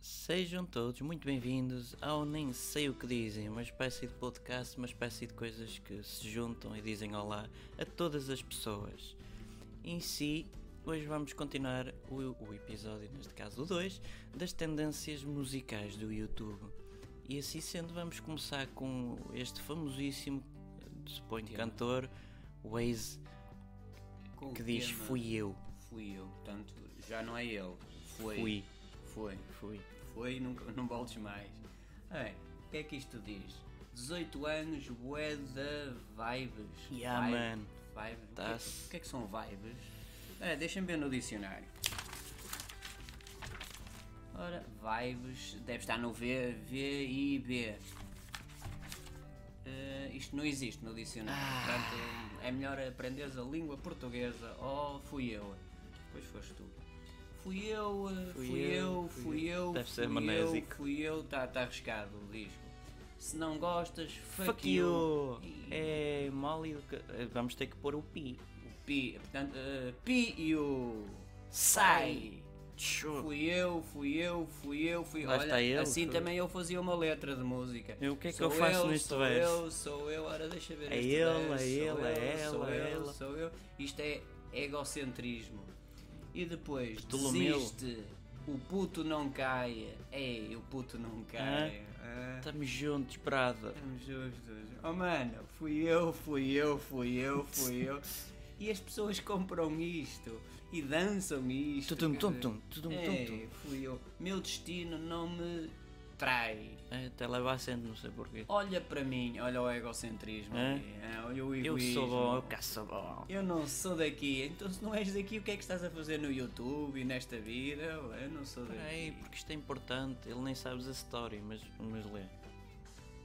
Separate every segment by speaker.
Speaker 1: Sejam todos muito bem-vindos ao Nem Sei O Que Dizem, uma espécie de podcast, uma espécie de coisas que se juntam e dizem olá a todas as pessoas. Em si, hoje vamos continuar o, o episódio, neste caso o 2, das tendências musicais do YouTube. E assim sendo, vamos começar com este famosíssimo, eh, suponho,
Speaker 2: Tema.
Speaker 1: cantor, Waze,
Speaker 2: Com o
Speaker 1: que diz
Speaker 2: tema
Speaker 1: Fui Eu.
Speaker 2: Fui eu, portanto, já não é ele. Foi.
Speaker 1: Fui.
Speaker 2: Foi.
Speaker 1: Fui.
Speaker 2: Foi, nunca, não voltes mais. Bem, o que é que isto diz? 18 anos, bué da vibes.
Speaker 1: Yeah,
Speaker 2: Vibe-
Speaker 1: man.
Speaker 2: Vibe. O que é que-
Speaker 1: Tá-se.
Speaker 2: O que é que são vibes? É, deixa-me ver no dicionário. Ora, vibes, deve estar no V, V, I, B. Eh, isto não existe no dicionário,
Speaker 1: Ah.
Speaker 2: portanto é melhor aprenderes a língua portuguesa. Oh, fui eu. Pois foste tu. Fui eu, eh,
Speaker 1: Fui
Speaker 2: fui,
Speaker 1: eu,
Speaker 2: eu,
Speaker 1: fui
Speaker 2: fui
Speaker 1: eu.
Speaker 2: eu,
Speaker 1: Deve ser
Speaker 2: fui eu,
Speaker 1: manésico.
Speaker 2: fui eu, tá, tá arriscado o disco. Se não gostas, fuck,
Speaker 1: Fuck you! É mole. do ca- Vamos ter que pôr o pi.
Speaker 2: O pi, portanto, eh, pi e o
Speaker 1: Sai!
Speaker 2: sai.
Speaker 1: Tchô.
Speaker 2: Fui eu, fui eu, fui eu, fui
Speaker 1: Lá está
Speaker 2: Olha,
Speaker 1: ele,
Speaker 2: assim
Speaker 1: foi.
Speaker 2: também eu fazia uma letra de música.
Speaker 1: E o que é que
Speaker 2: Sou
Speaker 1: eu faço
Speaker 2: eu,
Speaker 1: neste
Speaker 2: sou
Speaker 1: verso?
Speaker 2: Eu, sou eu, ora deixa ver
Speaker 1: É
Speaker 2: este
Speaker 1: ele,
Speaker 2: verso.
Speaker 1: é
Speaker 2: sou
Speaker 1: ele,
Speaker 2: eu,
Speaker 1: é
Speaker 2: sou
Speaker 1: ela, é
Speaker 2: eu,
Speaker 1: ela.
Speaker 2: Sou eu, isto é egocentrismo. E depois,
Speaker 1: Ptolomeu.
Speaker 2: desiste, o puto não cai. Ei, o puto não cai. Ah.
Speaker 1: Estamos juntos, Prada.
Speaker 2: Estamos justos. Oh mano, fui eu, fui eu, fui eu, fui eu. E as pessoas compram isto e dançam isto.
Speaker 1: Tudum,
Speaker 2: quer
Speaker 1: tum,
Speaker 2: dizer,
Speaker 1: tum, tudum,
Speaker 2: "Ei,
Speaker 1: tum, tum."
Speaker 2: fui eu. Meu destino não me trai.
Speaker 1: É, Até leva acento, não sei porquê.
Speaker 2: Olha para mim, olha o egocentrismo.
Speaker 1: Hã?
Speaker 2: aqui, hã? Olha o
Speaker 1: Eu
Speaker 2: egoísmo.
Speaker 1: sou bom, eu cá sou bom.
Speaker 2: Eu não sou daqui. Então se não és daqui, o que é que estás a fazer no YouTube e nesta vida? Eu não sou daqui.
Speaker 1: Peraí, porque isto é importante. Ele nem sabes a story, mas, mas lê.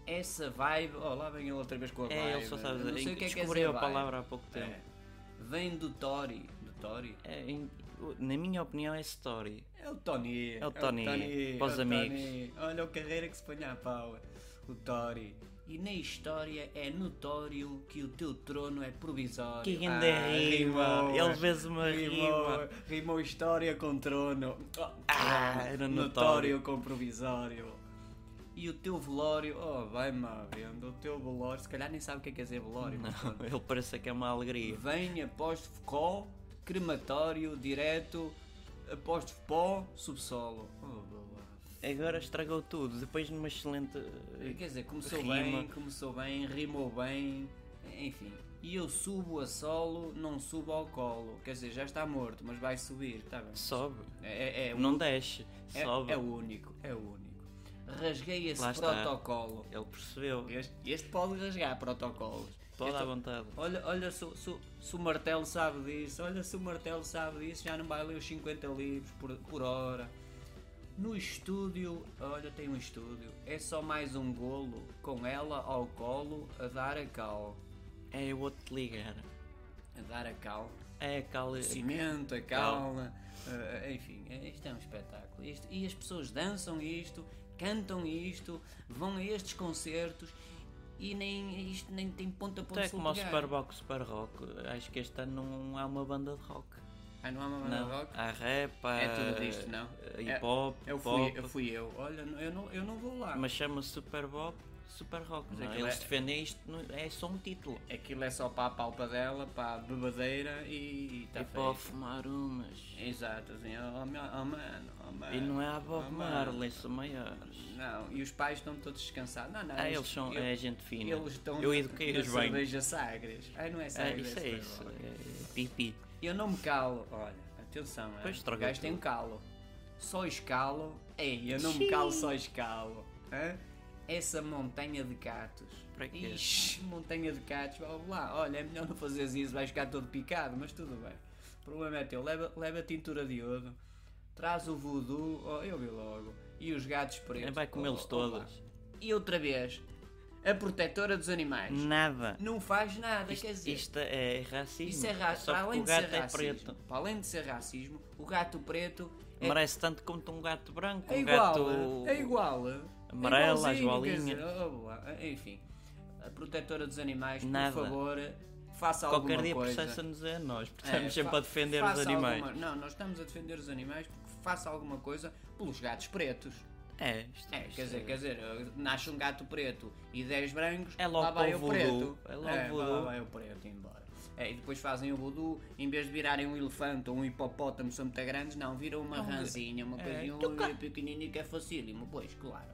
Speaker 2: Essa vibe. Oh, lá vem ele outra vez com a vibe.
Speaker 1: É, ele só sabe.
Speaker 2: Eu não sei
Speaker 1: dizer-
Speaker 2: o que é que é
Speaker 1: Descobriu
Speaker 2: essa
Speaker 1: a
Speaker 2: vibe.
Speaker 1: palavra há pouco
Speaker 2: É.
Speaker 1: tempo.
Speaker 2: Vem do Tori. Do Tori?
Speaker 1: É, em- na minha opinião, é story.
Speaker 2: É o Tony.
Speaker 1: É o Tony, para os
Speaker 2: é o
Speaker 1: amigos.
Speaker 2: Tony. Olha o carreira que se põe à pau. O Tori. E na história é notório que o teu trono é provisório. Ah,
Speaker 1: Que grande rima. Ele fez uma
Speaker 2: rimou,
Speaker 1: rima.
Speaker 2: Rimou história com trono.
Speaker 1: Ah, era notório.
Speaker 2: notório com provisório. E o teu velório, oh, vai-me à venda, o teu velório, se calhar nem sabe o que é, que quer dizer velório. mas pronto.
Speaker 1: Ele parece que é uma alegria.
Speaker 2: Vem após Focó, crematório, direto, após Fopó, subsolo. Oh, blá, blá.
Speaker 1: Agora estragou tudo. Depois, numa excelente. eh,
Speaker 2: Quer dizer, começou
Speaker 1: Rima.
Speaker 2: bem, começou bem, rimou bem, enfim. E eu subo a solo, não subo ao colo. Quer dizer, já está morto, mas vai subir, está bem.
Speaker 1: Sobe.
Speaker 2: É, é, é,
Speaker 1: Não desce,
Speaker 2: é,
Speaker 1: sobe.
Speaker 2: é o único, é o único. Rasguei esse
Speaker 1: Lá está.
Speaker 2: protocolo.
Speaker 1: Ele percebeu.
Speaker 2: Este, este pode rasgar protocolos.
Speaker 1: Toda
Speaker 2: Este-
Speaker 1: à vontade.
Speaker 2: Olha, olha se, o- se o- se o martelo sabe disso, olha se o martelo sabe disso, já não vai ler os 50 livros por, por hora. No estúdio, olha, tem um estúdio, é só mais um golo, com ela ao colo, a dar a cal.
Speaker 1: É, eu vou-te ligar.
Speaker 2: A dar a cal.
Speaker 1: É aquela.
Speaker 2: O cimento, a cal, eh, enfim, eh, isto é um espetáculo. Isto- e as pessoas dançam isto, cantam isto, vão a estes concertos e nem, isto nem tem ponta a ponta
Speaker 1: Até como o Superbox Super Rock. Acho que este ano não há uma banda de rock.
Speaker 2: Ah, não há uma banda
Speaker 1: Não.
Speaker 2: de rock?
Speaker 1: Há rap, há.
Speaker 2: É tudo disto, não?
Speaker 1: Hip hop,
Speaker 2: É, eu, fui,
Speaker 1: Ah, pop.
Speaker 2: eu fui eu. Olha, não- eu não, eu não vou lá.
Speaker 1: Mas chama-se Super Bob, Super Rock. Não,
Speaker 2: aquilo
Speaker 1: Eles
Speaker 2: é-
Speaker 1: defendem isto, não- é só um título.
Speaker 2: Aquilo é só para a palpa dela, para a bebadeira e está
Speaker 1: É para fumar umas.
Speaker 2: Exato, assim, oh, meu- oh, mano, oh mano.
Speaker 1: E não é a Bob
Speaker 2: oh, mano.
Speaker 1: Marley, são maiores.
Speaker 2: Não, e os pais estão todos descansados. Não, não.
Speaker 1: Ah,
Speaker 2: isto-
Speaker 1: eles são.
Speaker 2: eu-
Speaker 1: É gente fina.
Speaker 2: Eles estão
Speaker 1: Eu
Speaker 2: na-
Speaker 1: eduquei
Speaker 2: na
Speaker 1: os bem.
Speaker 2: cerveja Sagres. Ah, não é
Speaker 1: Ah,
Speaker 2: Sagres.
Speaker 1: isso é
Speaker 2: foi
Speaker 1: isso.
Speaker 2: bom.
Speaker 1: É pipi.
Speaker 2: Eu não me calo. Olha, atenção, é.
Speaker 1: Pois,
Speaker 2: o
Speaker 1: estragou
Speaker 2: gajo tem um
Speaker 1: tudo.
Speaker 2: calo. Só escalo. Ei, eu não me calo, só escalo. Hã? Essa montanha de catos.
Speaker 1: Para quê?
Speaker 2: Ixi, montanha de catos. Vá lá, olha, é melhor não fazeres isso, vais ficar todo picado, mas tudo bem. O problema é teu. Leva, leva a tintura de iodo. Traz o voodoo, oh, eu vi logo. E os gatos pretos.
Speaker 1: Vai comê-los
Speaker 2: Oh, oh, lá.
Speaker 1: todos.
Speaker 2: E outra vez, a protetora dos animais.
Speaker 1: Nada.
Speaker 2: Não faz nada, quer dizer.
Speaker 1: Isto é racismo.
Speaker 2: Isso é ra-
Speaker 1: Só
Speaker 2: para
Speaker 1: porque
Speaker 2: além
Speaker 1: o
Speaker 2: de ser
Speaker 1: gato é
Speaker 2: racismo,
Speaker 1: preto.
Speaker 2: Para além de ser racismo, o gato preto é,
Speaker 1: Merece tanto quanto um gato branco,
Speaker 2: é
Speaker 1: um
Speaker 2: igual.
Speaker 1: gato
Speaker 2: É igual. é
Speaker 1: amarelo, às
Speaker 2: igualzinho, quer
Speaker 1: bolinhas.
Speaker 2: dizer, oh, boa, Enfim, a protetora dos animais,
Speaker 1: Nada.
Speaker 2: por favor, faça
Speaker 1: Qualquer
Speaker 2: alguma
Speaker 1: dia
Speaker 2: coisa.
Speaker 1: processa-nos a nós, porque
Speaker 2: É,
Speaker 1: estamos sempre
Speaker 2: fa-
Speaker 1: a defender os
Speaker 2: faça
Speaker 1: animais.
Speaker 2: alguma- Não, nós estamos a defender os animais porque faça alguma coisa pelos gatos pretos.
Speaker 1: É, isto
Speaker 2: É,
Speaker 1: isto
Speaker 2: quer dizer, quer dizer, nasce um gato preto e 10 brancos,
Speaker 1: É logo
Speaker 2: lá vai
Speaker 1: para
Speaker 2: o
Speaker 1: o voodoo.
Speaker 2: preto.
Speaker 1: É logo
Speaker 2: é,
Speaker 1: voodoo.
Speaker 2: Lá vai o preto embora. É, e depois fazem o voodoo, em vez de virarem um elefante ou um hipopótamo, são muito grandes, não, viram uma ranzinha, uma
Speaker 1: é,
Speaker 2: coisinha
Speaker 1: tuca.
Speaker 2: pequenininha que é facílimo, pois, claro.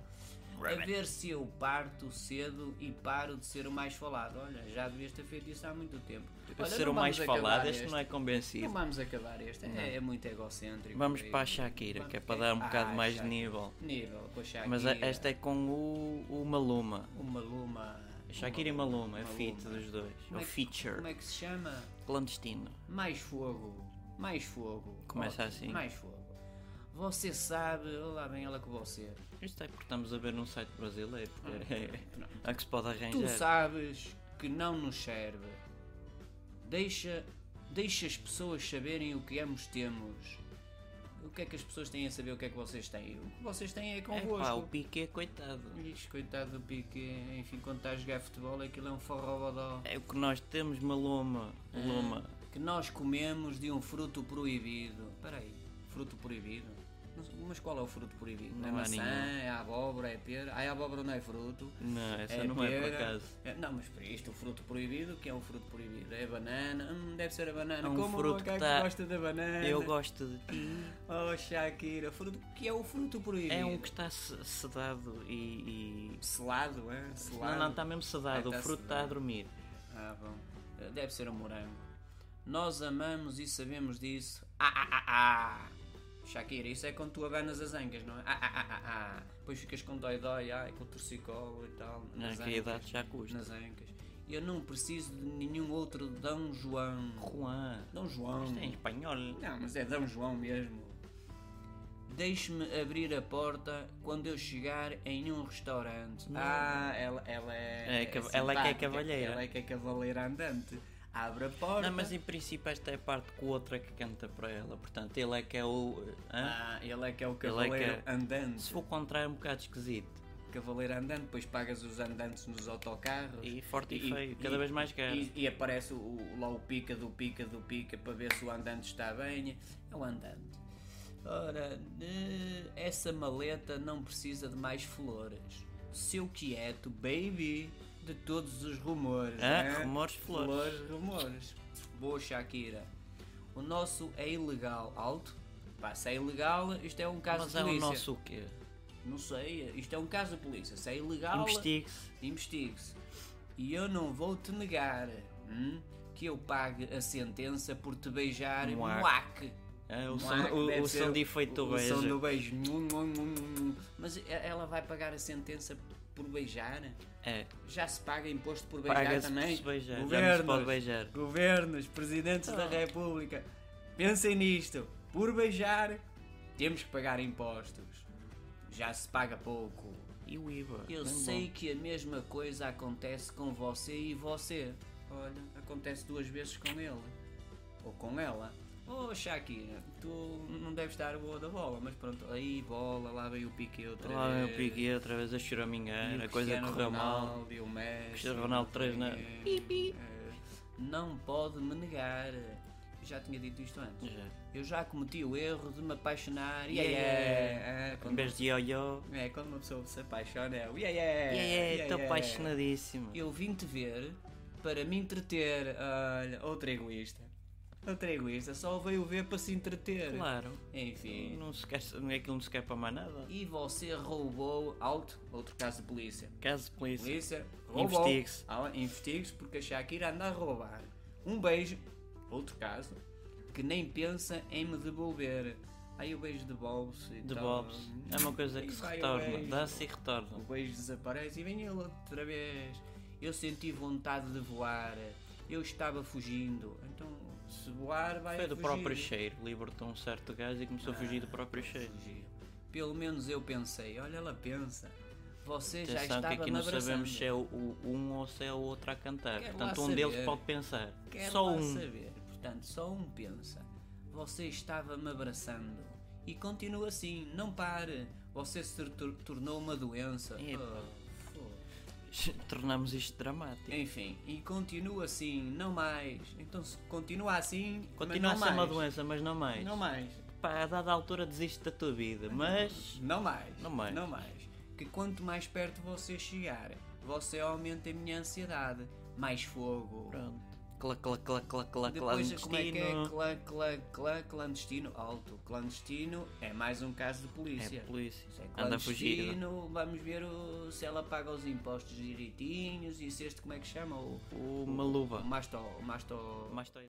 Speaker 2: A
Speaker 1: Rabbit.
Speaker 2: ver se eu parto cedo e paro de ser o mais falado. Olha, já devias ter feito isso há muito tempo. Olha,
Speaker 1: Tipo, ser
Speaker 2: não
Speaker 1: o mais
Speaker 2: vamos acabar
Speaker 1: falado, este não é
Speaker 2: Não
Speaker 1: convencido.
Speaker 2: vamos acabar este, é, é muito egocêntrico.
Speaker 1: Vamos
Speaker 2: e-
Speaker 1: para a Shakira, que é
Speaker 2: Vamos-
Speaker 1: para dar um bocado
Speaker 2: Ah,
Speaker 1: mais de
Speaker 2: Shakira.
Speaker 1: nível.
Speaker 2: Nível, com a Shakira.
Speaker 1: Mas a- esta é com o, o Maluma.
Speaker 2: Uma luma.
Speaker 1: Shakira e
Speaker 2: uma
Speaker 1: Maluma, é
Speaker 2: uma
Speaker 1: feat
Speaker 2: luma.
Speaker 1: dos dois.
Speaker 2: Como
Speaker 1: Ou
Speaker 2: é que- Como
Speaker 1: feature.
Speaker 2: é que se chama?
Speaker 1: Clandestino.
Speaker 2: Mais fogo. Mais fogo.
Speaker 1: Começa
Speaker 2: Ó,
Speaker 1: assim.
Speaker 2: Mais fogo. Você sabe, oh, lá vem ela com você.
Speaker 1: Isto é porque estamos a ver num site brasileiro. porque
Speaker 2: Não.
Speaker 1: é a que se pode
Speaker 2: Ah, Tu
Speaker 1: arranjar.
Speaker 2: sabes que não nos serve. Deixa, deixa as pessoas saberem o que ambos temos. O que é que as pessoas têm a saber o que é que vocês têm? O que vocês têm é
Speaker 1: É pá, o
Speaker 2: convosco.
Speaker 1: Piqué, coitado.
Speaker 2: Ixi, coitado do Pique, enfim, quando está a jogar futebol aquilo é um forrobodó.
Speaker 1: É o que nós temos, Maluma.
Speaker 2: É.
Speaker 1: Luma.
Speaker 2: que nós comemos de um fruto proibido. Espera aí, fruto proibido? Não- Mas qual é o fruto proibido?
Speaker 1: Não
Speaker 2: é
Speaker 1: há
Speaker 2: maçã,
Speaker 1: nenhum.
Speaker 2: é abóbora, é pera. Ai, a abóbora não é fruto.
Speaker 1: Não, essa não é por
Speaker 2: pera.
Speaker 1: acaso.
Speaker 2: É- não, mas para isto, o fruto proibido, o que é um fruto proibido? É banana, Hum, deve ser a banana.
Speaker 1: É um
Speaker 2: Como
Speaker 1: fruto
Speaker 2: o
Speaker 1: que
Speaker 2: macaco
Speaker 1: tá-
Speaker 2: gosta da banana.
Speaker 1: Eu gosto de ti.
Speaker 2: Oh, Shakira, fruto... que é o fruto proibido?
Speaker 1: É um que está se- sedado e. e-
Speaker 2: Selado, é? Selado.
Speaker 1: Não, não, está mesmo sedado.
Speaker 2: Ah,
Speaker 1: o
Speaker 2: tá
Speaker 1: fruto está a
Speaker 2: sedado.
Speaker 1: dormir.
Speaker 2: Ah, bom. Deve ser um morango. Nós amamos e sabemos disso. Ah, ah, ah, ah. Shakira, isso é quando tu abanas as angas, não é? Ah, ah, ah, ah, ah. Depois ficas com dói-dói, ai, com torcicolo e tal. Nas
Speaker 1: Naquela idade já custa.
Speaker 2: Nas ancas. Eu não preciso de nenhum outro Dom João.
Speaker 1: Juan.
Speaker 2: Dom João.
Speaker 1: Isto é em espanhol.
Speaker 2: Não, mas é Dom João mesmo. Deixe-me abrir a porta quando eu chegar em um restaurante. Ah, ela, ela é.
Speaker 1: É ca- ela é que é
Speaker 2: simpática,
Speaker 1: cavalheira.
Speaker 2: Ela é que é cavaleira andante. Abre a porta.
Speaker 1: Não, mas em princípio esta é a parte que o outro é que canta para ela. Portanto, ele é que é o. hã?
Speaker 2: Ah, ele é que é o
Speaker 1: Ele é que é-
Speaker 2: cavaleiro andante.
Speaker 1: Se for contrário, é um bocado esquisito.
Speaker 2: Cavaleiro andante, depois pagas os andantes nos autocarros.
Speaker 1: E forte e feio, cada vez mais caro.
Speaker 2: E, e aparece o- o- lá o pica do pica do pica para ver se o andante está bem. É o andante. Ora, eh, essa maleta não precisa de mais flores. Seu quieto, baby, de todos os rumores.
Speaker 1: Ah,
Speaker 2: né?
Speaker 1: rumores, flores.
Speaker 2: Flores, rumores. Boa, Shakira. O nosso é ilegal. Alto? Pá, se é ilegal, isto é um caso
Speaker 1: Mas
Speaker 2: de
Speaker 1: é o
Speaker 2: polícia.
Speaker 1: nosso o quê?
Speaker 2: Não sei, isto é um caso de polícia. Se é ilegal,
Speaker 1: Investigue-se.
Speaker 2: investigue-se. E eu não vou te negar hum, que eu pague a sentença por te beijar um
Speaker 1: Muac.
Speaker 2: muac.
Speaker 1: Um É, o
Speaker 2: Muac
Speaker 1: som, o,
Speaker 2: deve
Speaker 1: o
Speaker 2: ser
Speaker 1: som de efeito do
Speaker 2: o som do
Speaker 1: beijo.
Speaker 2: beijo. Mu, mu, mu, mu, mu. Mas e- ela vai pagar a sentença por beijar?
Speaker 1: É,
Speaker 2: Já se paga imposto por beijar
Speaker 1: paga-se por
Speaker 2: também?
Speaker 1: se beijar. Já não se
Speaker 2: Governos,
Speaker 1: pode beijar. Ah.
Speaker 2: governos, presidentes da República, pensem nisto. Por beijar, temos que pagar impostos. Já se paga pouco.
Speaker 1: E o IVA?
Speaker 2: Eu
Speaker 1: bem
Speaker 2: sei
Speaker 1: bom.
Speaker 2: que a mesma coisa acontece com você e você. Olha, acontece duas vezes com ele. Ou com ela. Oh Shakira, tu não deves dar boa da bola, mas pronto, aí bola, lá veio o Piqué outra
Speaker 1: Lá
Speaker 2: vez.
Speaker 1: vem o Piquet outra vez a
Speaker 2: é. E
Speaker 1: choramingar,
Speaker 2: o
Speaker 1: a coisa
Speaker 2: Cristiano
Speaker 1: correu mal.
Speaker 2: Ronaldo, e o Messi,
Speaker 1: Cristiano Ronaldo três né? na-
Speaker 2: É, é. Não pode me negar. Já tinha dito isto antes.
Speaker 1: Já.
Speaker 2: Eu já cometi o erro de me apaixonar. Yeah,
Speaker 1: Yeah,
Speaker 2: yeah. Ah,
Speaker 1: Em
Speaker 2: quando
Speaker 1: vez de ioiô,
Speaker 2: é, quando uma pessoa se apaixona é o yeah, yeah,
Speaker 1: yeah, yeah, estou
Speaker 2: yeah.
Speaker 1: apaixonadíssimo.
Speaker 2: Eu vim-te ver para me entreter. Olha, outra egoísta. Outra egoísta, só veio ver para se entreter.
Speaker 1: Claro,
Speaker 2: Enfim.
Speaker 1: não se quer, não é aquilo não se quer para mais nada.
Speaker 2: E você roubou alto, outro caso de polícia.
Speaker 1: Caso de polícia,
Speaker 2: Polícia, roubou.
Speaker 1: Investigue-se.
Speaker 2: Ah, Investigue-se porque a Shakira anda a roubar. Um beijo, outro caso, que nem pensa em me devolver. Aí o beijo devolve-se e
Speaker 1: de
Speaker 2: tal.
Speaker 1: Bobs, é uma coisa
Speaker 2: então, E
Speaker 1: que se
Speaker 2: vai o
Speaker 1: retorna,
Speaker 2: beijo.
Speaker 1: dá-se e
Speaker 2: O
Speaker 1: retorna.
Speaker 2: beijo desaparece e vem ele outra vez. Eu senti vontade de voar. Eu estava fugindo. Então, se voar, vai
Speaker 1: Foi do
Speaker 2: fugir. Ah,
Speaker 1: próprio cheiro, libertou um certo gás e começou a fugir do próprio cheiro.
Speaker 2: Fugir. Pelo menos eu pensei. Olha, ela pensa. Você já
Speaker 1: Atenção
Speaker 2: estava
Speaker 1: que aqui
Speaker 2: me
Speaker 1: não
Speaker 2: abraçando.
Speaker 1: sabemos se é o, o um ou se é o outro a cantar,
Speaker 2: Quero
Speaker 1: portanto
Speaker 2: lá
Speaker 1: um deles
Speaker 2: saber.
Speaker 1: pode pensar,
Speaker 2: Quero
Speaker 1: só
Speaker 2: lá
Speaker 1: um.
Speaker 2: saber. Portanto, só um pensa. Você estava me abraçando. E continua assim. Não pare. Você se tor- tornou uma doença.
Speaker 1: Epa.
Speaker 2: Oh, foda.
Speaker 1: Tornamos isto dramático.
Speaker 2: Enfim, e continua assim, não mais. Então se continua assim, mas
Speaker 1: Continua a
Speaker 2: não
Speaker 1: ser uma
Speaker 2: mais.
Speaker 1: doença, mas não mais.
Speaker 2: Não mais.
Speaker 1: pá, a dada altura desiste da tua vida, mas.
Speaker 2: Não mais.
Speaker 1: Não mais.
Speaker 2: Não mais. Que quanto mais perto você chegar, você aumenta a minha ansiedade. Mais fogo.
Speaker 1: Pronto. Clá, clá, clá, clá, clá, clá,
Speaker 2: Depois, como é que é?
Speaker 1: destino.
Speaker 2: Clã, clã, clã, clandestino, alto. Clandestino é mais um caso de polícia.
Speaker 1: É polícia.
Speaker 2: Isso é
Speaker 1: Anda a fugir.
Speaker 2: clandestino, vamos ver o- se ela paga os impostos direitinhos e se este, como é que chama? O,
Speaker 1: Uma luva.
Speaker 2: o masto, o masto,
Speaker 1: Mas tô-